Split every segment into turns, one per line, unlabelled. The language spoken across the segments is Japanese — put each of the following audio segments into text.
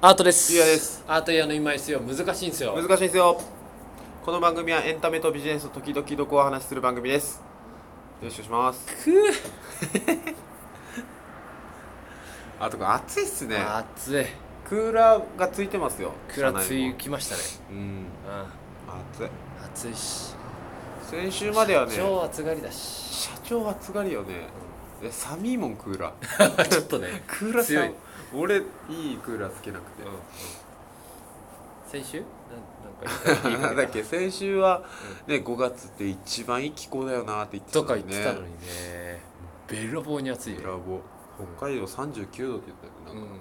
アートです
ゆうやです
アート屋の今井ですよ難しいんですよ
難しいんですよこの番組はエンタメとビジネスと時々どこをお話しする番組ですよろしくお願いします
くー
あとこれ暑いっすね
暑い
クーラーがついてますよ
くらつ
車内
い
も
きましたね
うん
う
暑い
ん暑いし
先週まではね
超暑がりだし
社長暑がりよねえ寒いもんクーラ ー
ちょっとね
クーラー
強
強
い
い俺いいクーラーつけなくて
先週なんなんか言いかけた
だっけ先週は、ね、5月って一番いい気候だよなって言ってた
とか
の
言っ
にね
てたのにねべらぼうに暑い
ブ
よ
ラボー北海道39度って言った
う
よねなんか
ん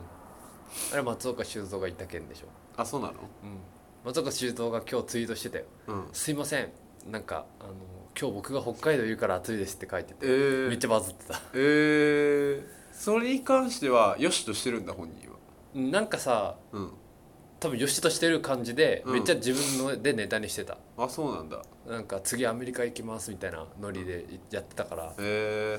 あれ松岡修造が言った件でしょ
あそうなの
うん松岡修造が今日ツイートしてたよ
うん
すいませんなんかあの今日僕が北海道いるから暑いですって書いて
え
て
ー、
めっちゃバズってた
えー、それに関してはよしとしてるんだ本人は
なんかさ
うん
多分よしとしてる感じで、
うん
めっちゃ自分のでネタにしてた
あそうなんだ
なんか次アメリカ行きますみたいなノリでやってたから、
え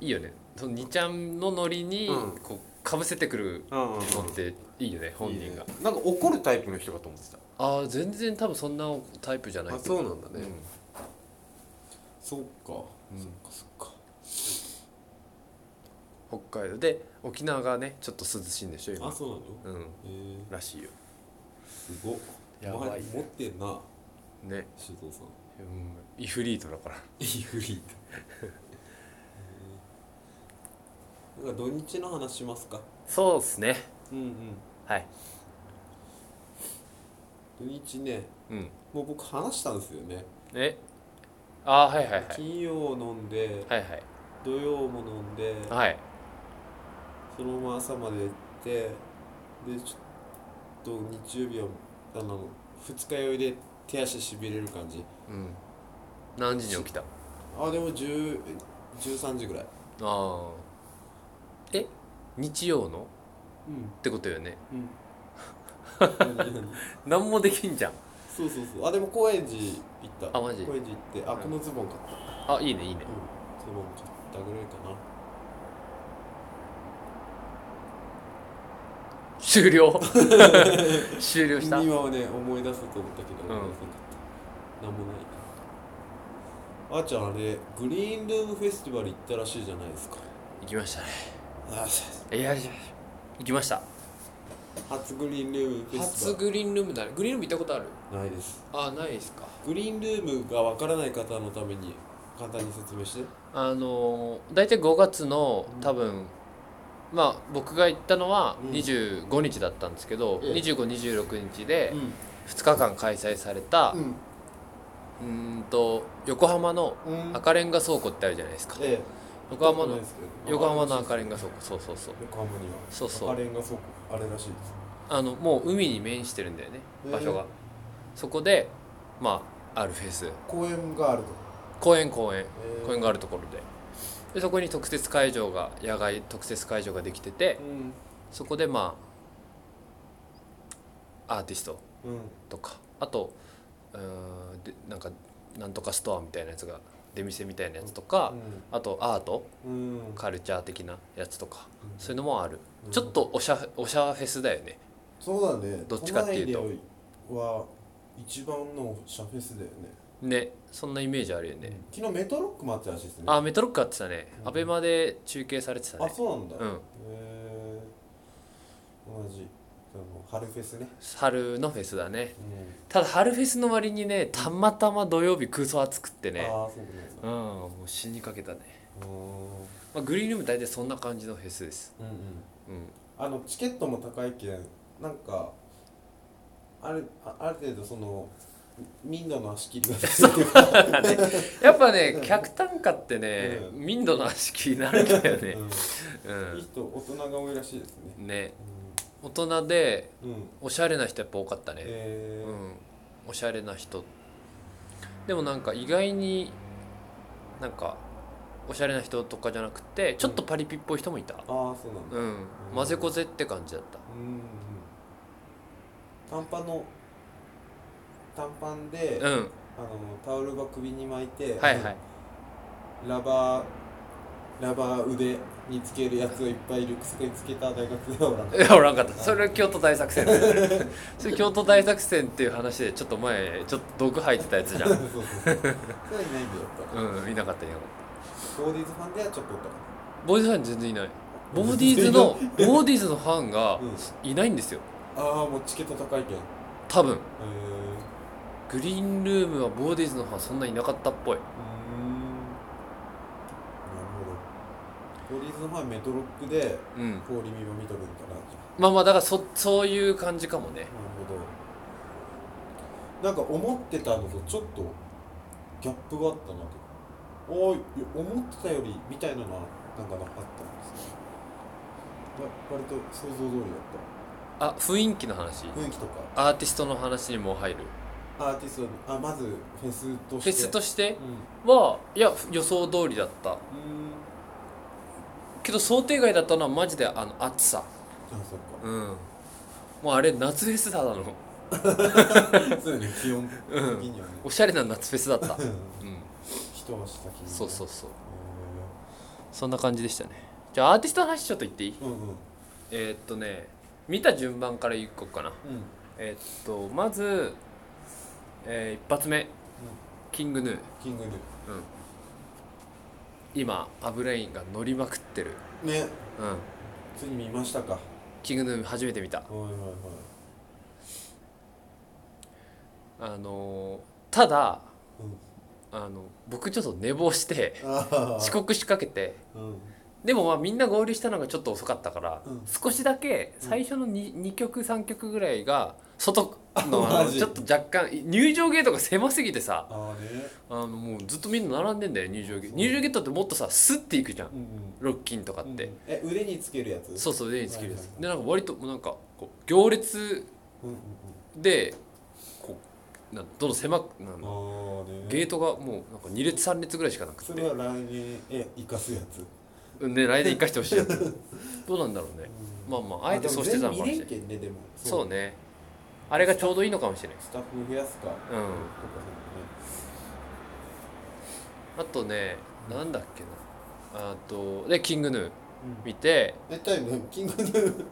いいよねその2ちゃんのノリに
うん
こうかぶせてくる
ー、うんうん
のっていいよね、本人が
いいねなんか怒るタイプの人かと思ってた
ああ全然多分そんなタイプじゃない
あ
と
そう
思
なんだね、そっか、そっかそっ
う
か
ん北海道で沖縄がねちょっと涼しいんでしょ今
そうな
う
の
ん
えー、
らしいよ
すごっ
やばいね
お前持ってんな
ね、
修造さ
う
ん
ん、イフリートだから
いい フリーなんか土日の話しますか
そうですね
うんうん
はい
土日ね
うん
もう僕話したんですよね、
えああーはいはいはい
金曜飲んで、
はいはい
土曜も飲んで
はい
そのまま朝まで行ってでちょっと日曜日はあの二日酔いで手足しびれる感じ
うん何時に起きたあ
あでも10 13時ぐらい
あえ日曜の
うん
ってことよね
うん
何もできんじゃん
そうそうそうあでも高円寺行った
あマジ
高円寺行ってあ
うん
このズボン買った
あいいねいいね
うん、ズボン買ったぐらいかな
終 了終了した
今はね思い出そうと思ったけど
うん
思い出せなかった、なんもないあーちゃんあれグリーンルームフェスティバル行ったらしいじゃないですか
行きましたね
あー
いやいや行きました
初グリーンルームフェステ
初
ィ
グリーンルームだねグリーンルーム行ったことある
バルないです
あないですか
グリーンルームがわからない方のために簡単に説明して
あのー大体5月の多分まあ僕が行ったのは
うん
25日だったんですけど、
ええ
2526日で
ん
2日間開催された、
うん
うーんと横浜の
うん
赤レンガ倉庫ってあるじゃないですか、
ええ
横浜
行
の
ったことないですけど
横浜の赤レ
あ
ンガ倉庫そうそうそう
横浜には
そうそう
赤レンガ倉庫あれらしいです
あのもう海に面してるんだよね
えー
場所が、そこでまああるフェス
公園があると
公園公園
えー
公園があるところででそこに特設会場が野外特設会場ができてて
うん
そこでまあアーティスト
うん
とかあとうーんでなんかなんとかストアみたいなやつが出店みたいなやつとか、あとアート
うんうん
カルチャー的なやつとか
うん
そういうのもある、
うん
ちょっとおしゃおしゃフェスだよね
そうだね
どっちかっていうと
都内では一番のシャフェスだよね
ねそんなイメージあるよね、
昨日メトロックもあったらしいですね
あメトロックやってたね、
うん
アベマで中継されてた
あ
ね
そうなんだ
うん
へー同じあの春フェスね
春のフェスだね
う
ただ春フェスの割にねたまたま土曜日空想暑くって
んああ
ね
そうなんです
うん
ね
もう死にかけたね、
うーんうん
まあ、グリーンルーム大体そんな感じのフェスです
うん
うん
あのチケットも高いけんなんかあるあある程度そのみんなの足切りがついてる
やっぱね客単価ってね、
う
民度の足気になるんだよ ね、う
うんいい
ん
人大人が多いらしいですね
ね大人で
うんうん
おしゃれな人やっぱ多かったね、
えー
うん、おしゃれな人でもなんか意外になんかおしゃれな人とかじゃなくてちょっとパリピっぽい人もいた
ああそうなんだ
うん、混ぜこぜって感じだった
うん短パンの短パンで、
う
あの
ん
タオルば首に巻いて、
はいはい
ラバーラバー腕につけるやつをいっぱいルックスにつけた大学ではおらんか っ
いやおらんかったそれは京都大作戦だよね それ京都大作戦っていう話でちょっと前ちょっと毒吐いてたやつじゃ
た
ん
そうそうそうそれはいないんだよやっぱ
うんいなかったいなかっ
ボーディーズファンではちょっとおったか
たボーディーズファン全然いないボーディーズのボーディーズのファンが
うん
いないんですよ
なああもうチケット高いけんへ
多分
え
グ
う
リーンルームはボーディーズのファンそんないなかったっぽい
ーんなるほどボーディーズのファンメトロックで
うん
氷見を見とるんかなじゃ
まあまあだからそそういう感じかもね
あなるほどなんか思ってたのとちょっとギャップがあったなとかおーいいや思ってたよりみたいなのはなんかなかったんですねわ割と想像通りだった
あ雰囲気の話
雰囲気とか
アーティストの話にも入る
アーティストのあまずフェスと
フ
して
ェスとして
うん
はいや予想通りだった
うん
けど想定外だったのはマジであの暑さ
あそ
う
っ
んもうあれ夏フェスだなの
かそうね気温的にはね、
おしゃれな夏フェスだ った
うん、
うん
一足先に
そうそううそうそんな感じでしたねじゃあアーティストの話ちょっと言っていい
うんうん
えーっとね見た順番から言こうかな
うん
えーっとまず、えー一発目キングヌー
キングヌ
今アブレインが乗りまくってる
ーね
うん
ついに見ましたかはい
キングヌー初めて見た
はいはい
あのーただ
うん
あの僕ちょっと寝坊して
ああ
遅刻しかけて
うんうん
でもまあみんな合流したのがちょっと遅かったから、
うん
少しだけ最初の 2,、二曲3曲ぐらいが外のあ
マ
の
ジ
ちょっと若干入場ゲートが狭すぎてさ
ああね
あのもうずっとみんな並んでんだよ入場ゲート
そう
入場ゲートってもっとさスッていくじゃん
うんうん
ロッキンとかって、
うんうんえ腕につけるやつ
そう
う
そう腕につけるやつ、
はいはい
でなんか割ともうなんかこう行列
うんうん
でこうなんどんどん狭くなの
うんああね
ゲートがもうなんか2列3列ぐらいしかなくて
それは来年へ生かすやつ
ね来年生かしてほしいや つどうなんだろうねまあまああえてそうしてたのかもしれない
ないねでも
そうねあれがちょうどいいのかもしれない
スタッフ増やすかとか
うん
そ
あとねなんだっけなあとでキングヌー
うね
見て
えタイムキングヌー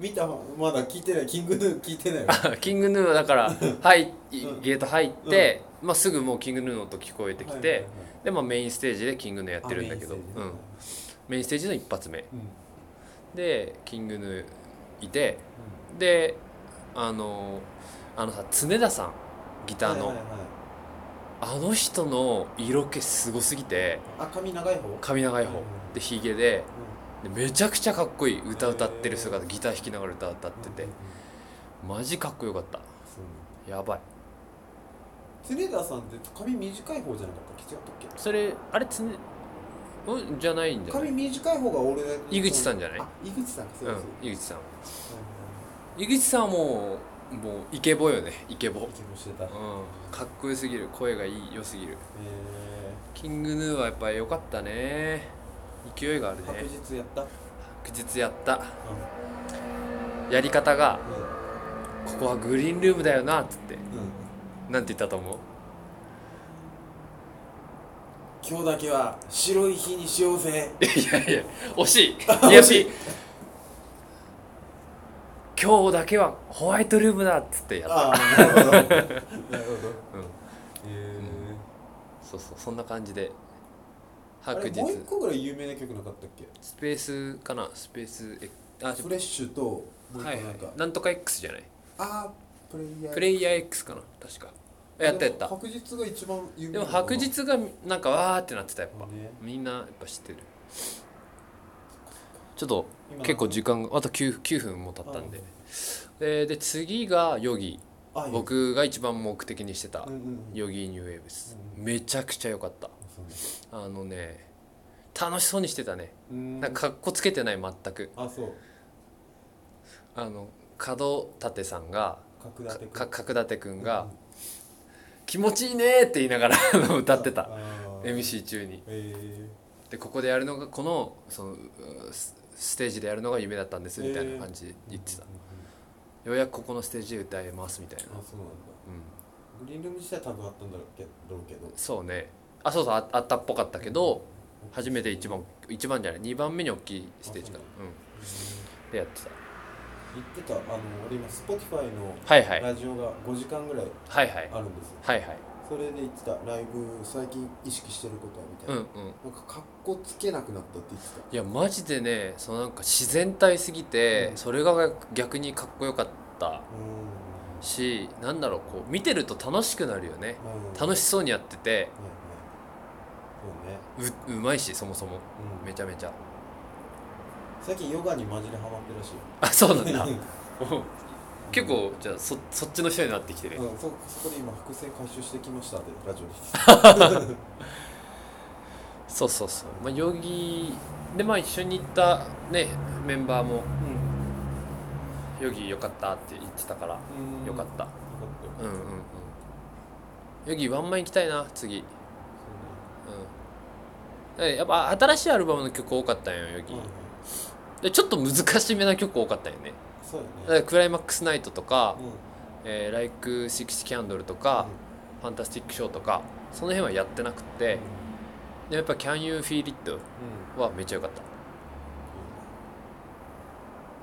見たまだ聞いてないキングヌー聞いてないよ
キングヌーはだから 入いゲート入って、まあ、すぐもうキングヌーの音聞こえてきて、
はいはいはい
で、まあ、メインステージでキングヌーやってるんだけど
あ
メイ,、う
メイン
ん、メインステージの一発目
ステージね
でキングヌーいてであのあのさ常田さんギターの、
はいはいはい
あの人の色気すごすぎて
あ髪長い方
髪長い方
うん
でヒゲで
う
でめちゃくちゃかっこいい歌歌ってる姿
へー
ギター弾きながら歌歌っ
ん
てて
うんうん
マジかっこよかった
そ
やばいう
ね常田さんって髪短い方じゃなかったっけ違ったっ
それあれつねうんじゃないん
け
じゃない
髪短い方が俺
井口さん
じ
じゃない
井口さんかそううんそう
井口さん
うん
井口さんはもうもうイケボよねイケボうん
気もしてたへ
かっこよすぎる声がいい良すぎる
え
キングヌーはやっぱり良かったね勢いがあるね
白日やった
確実やった
うん
やり方が
う
ここはグリーンルームだよなっつって
んうん
なんて言ったと思う
今日だけは白い日にしよ うぜ
いやいや惜しい いや惜しい今日だけはホワイトルームだっつってやった
ああなるほどなるほど
うん
え
そうそうそんな感じで
ー、あ
白
れ
日
もう一個ぐらい有名な曲なかったっけ
スペースかなスペースえあ
フレッシュともう一個
は
なん
いはい
か、
なんとか X じゃない
ああプレイヤー
プレイヤー X かな確かやったやった
白日が一番有名
で
な
も
のか
白
な
日がなんかわーってなってたやっぱ
ね
みんなやっぱ知ってるちょっと結構時間があと 9, 9分も経ったんでえーで次がヨギ
あ
僕が一番目的にしてた
うんうんうん
ヨギーニューウェーブス
う
めちゃくちゃ良かった
そうね
あのね楽しそうにしてたね
うーん
なんかかっこつけてない全く
あそう
あの角舘さんがか
角立て
か角舘くんが
うん
「気持ちいいね」って言いながらあの歌ってた
あー
MC 中に
えー
でここでやるのがこのそのうスステージでやるのが夢だったんですみたいな感じで言ってた、
うんうんうん
ようやくここのステージで歌えますみたいな、
あそうなんだ
うん、
グリーンルーム自体は多分あったんだろうけど
そうねあそうそうああったっぽかったけど、
う
初めて一番一番じゃない2番目に大きいステージかな
あ
う
言
んでやってた
ってたあの俺今 Spotify の
はいはいはい
ラジオが5時間ぐらい
はいはい
あるんですよ、
はいはい
それで言ってたライブ最近意識してることはみた
うんう
いな、
ん
なんか格好つけなくなったって言って
いやマジでねそのなんか自然体すぎて、
うん
それが逆にかっこよかった
たう
しなんだろうこう見てると楽しくなるよね
んうん
楽しそうにやってて
ねそうね
ううまいしそもそも
うん
めちゃめちゃ
最近ヨガにマジでハマってるらしいよ
あそうなんだ 結
うん
構じゃあそそっちの人になってきてる、
うん、そそこで今伏線回収してきましたってラジオに
そうそうそうまあヨギでまあ一緒に行ったねメンバーもヨギよかったって言ってたから
うん
よかった
よかったよ
うんうんうんヨギワンマン行きたいな次うんでやっぱ新しいアルバムの曲多かったんよヨギ
そうね
でちょっと難しめな曲多かったんよね
そうね
だ
そう
か
よね
らクライマックスナイトとか
うん
「えー、Like Six Candle」とか「ファンタスティックショー」とかその辺はやってなくてでやっぱ「Can You Feel It」
うんうん
はめっちゃ良かった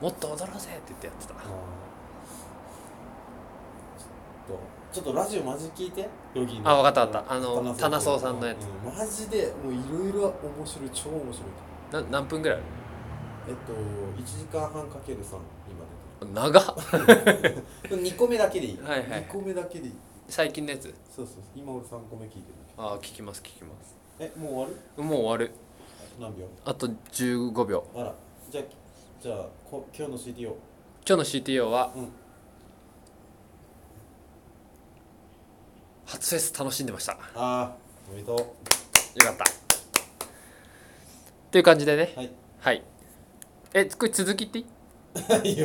もっと踊ろうぜって言ってやってた
あーちょっとちょっとラジオマジ聞いてヨギの
あわかったわかったあの
棚荘
タナソーさんのやつ
うんマジでもういろいろ面白い超面白い
な何分ぐらい
えっと1時間半かける3今
ある長っ
出てる2個目だけでいい
はいはい
2個目だけでいい
最近のやつ
そうそうそう今俺3個目聞いてる
ああ聞きます聞きます
えもう終わる
もう終わる
あと何秒
あと15秒
あらじゃあじゃあこ今日の CD を
今日の CTO は、
うん
初フェス楽しんでましたよ
ああおめでとう
かったっていう感じでね
はい
はいえこれ続きっていい
いいよ